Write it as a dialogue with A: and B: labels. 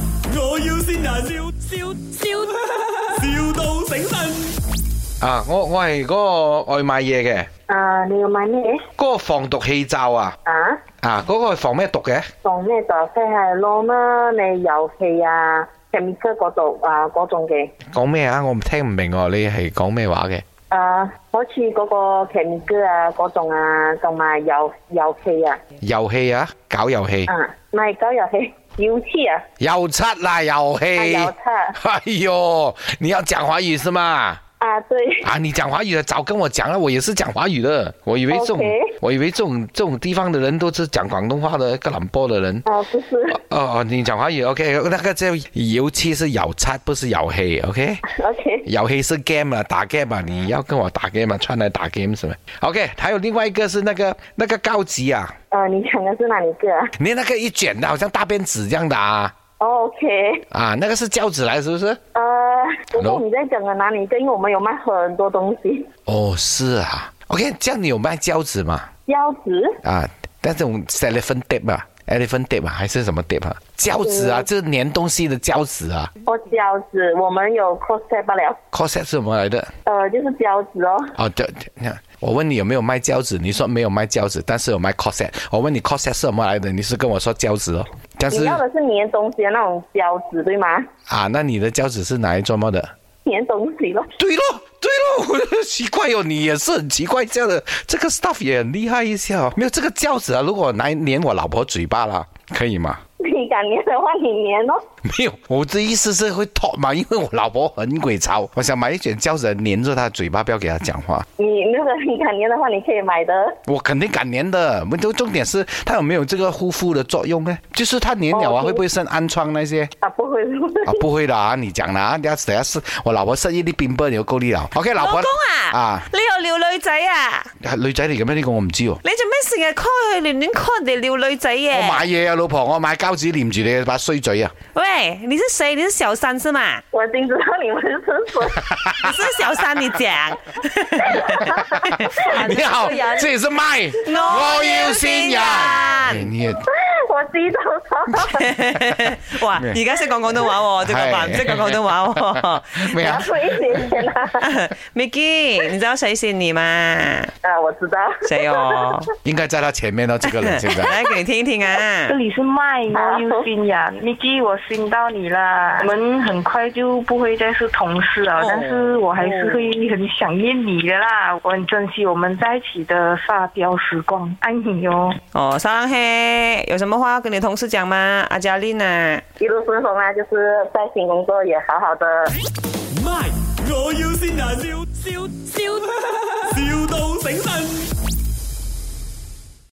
A: 要先人，笑笑笑，,笑到醒神。
B: 啊，我我係嗰個外賣嘢嘅，
C: 啊，你要買咩？
B: 嗰、個防毒氣罩啊，
C: 啊，
B: 啊嗰、個係防咩毒嘅？
C: 放咩就即係攞啦，你遊戲啊、食面車嗰度啊嗰種嘅。
B: 講咩啊？我唔聽唔明喎、你係講咩話嘅？
C: 啊，好似嗰個劇面歌啊嗰種啊，同埋遊遊戲啊，
B: 遊戲啊，搞遊戲，
C: 啊，唔係搞遊戲， 遊戲啊，
B: 又七啦遊
C: 啊
B: 戲
C: 遊。戲
B: 哎呦，你要講華語是嗎？
C: 啊，對，
B: 啊，你講華語的早跟我講了，我也是講華語的。我以為這種
C: OK
B: 我以為這種這種地方的人都是講廣東話的，吉林波的人。
C: 啊，不是
B: 哦哦，你講華語 OK，那個叫油漆是油漆，不是遊戲 OK。
C: ，OK，
B: 游戏是 game 啊，打 game 啊，你要跟我打 game 啊，穿来打 game 什么？OK，还有另外一个是那个那个高级啊，
C: 啊，你講嘅是哪一個啊？
B: 你那个一卷的，好像大便纸这样的啊，
C: 哦，OK，
B: 啊，那个是胶纸来是不是？
C: 呃，不
B: Hello
C: 过你在講嘅哪一個？因為我們有賣很多東西，
B: 哦，是啊，OK，这样你有卖胶纸吗？
C: 腰子。
B: 啊，那种 elephant tape 啊，elephant tape 啊，还是什么 tape 啊？胶纸啊，就是粘东西的胶纸啊
C: 哦，胶子，我们有 cross set 不了，
B: ，corset 是什么来的？
C: 呃，就是胶子哦。
B: 哦，对，那我问你有没有卖胶纸，你说没有卖胶纸，但是有卖 corset。我问你 corset 是什么来的，你是跟我说胶纸哦，但是
C: 你要的是粘东西的那种胶子，对吗？
B: 啊，那你的胶纸是哪一做么的？
C: 粘东西咯。
B: 对咯，对咯， 我就奇怪哦，你也是很奇怪这样的，这个 stuff 也很厉害一下哦。没有这个胶纸啊，如果拿来粘我老婆嘴巴啦，可以吗？
C: 你敢粘的话，你粘咯。
B: 没有，我的意思是会脱嘛，因为我老婆很鬼潮，我想买一卷胶纸来粘住她的嘴巴，不要给她讲话。
C: 你那个你敢粘的话，你可以买的。
B: 我肯定敢粘的，问都重点是它有没有这个护肤的作用呢？就是它粘了啊，
C: 哦
B: 会不会生暗疮那 些？
C: 啊，不会，不会
B: 啊，不会的啊，你讲啦、啊，等下等下是我老婆生一啲便波，你就够力啦。OK，老
D: 老
B: 婆
D: 公啊，
B: 啊，
D: 你又撩女仔啊？
B: 係女仔嚟嘅咩？呢、個我唔知喎、
D: 你做咩成日 call 佢，亂亂 call 人哋撩女仔嘅、
B: 我買嘢啊，老婆，我買膠紙黏住你把衰嘴啊！
D: 喂，你是谁？你是小三 是吗？
C: 我已经知道你们是谁。
D: 你是小三，你 讲。
B: 你好，這里是麥，
D: 我要先人
B: 哎你也
C: 我知道了。
D: 哇，而家識講廣東 話喎，即係話唔識講廣東 話
B: 咩啊？
C: 会一点点啊。
D: 喎。Micky，你知道誰是你嗎？
C: 啊，我知道。
D: 誰哦？
B: 應該在他前面哦，這個人現 在。
D: 來，給你聽一聽啊
E: 这。里是麦
C: 好
E: 我有新人，Miki，我新到你啦。啊我们很快就不会再是同事了，
D: 哦
E: 但是我还是会很想念你的啦。我很珍惜我们在一起的发飙时光，爱你哟。
D: 哦，沙朗黑，有什麼話要跟你同事講嗎？阿嘉琳啊。
C: 一路顺风啊，就是在新工作也好好的。
A: 咪，我要先人，笑笑笑，,笑到醒神。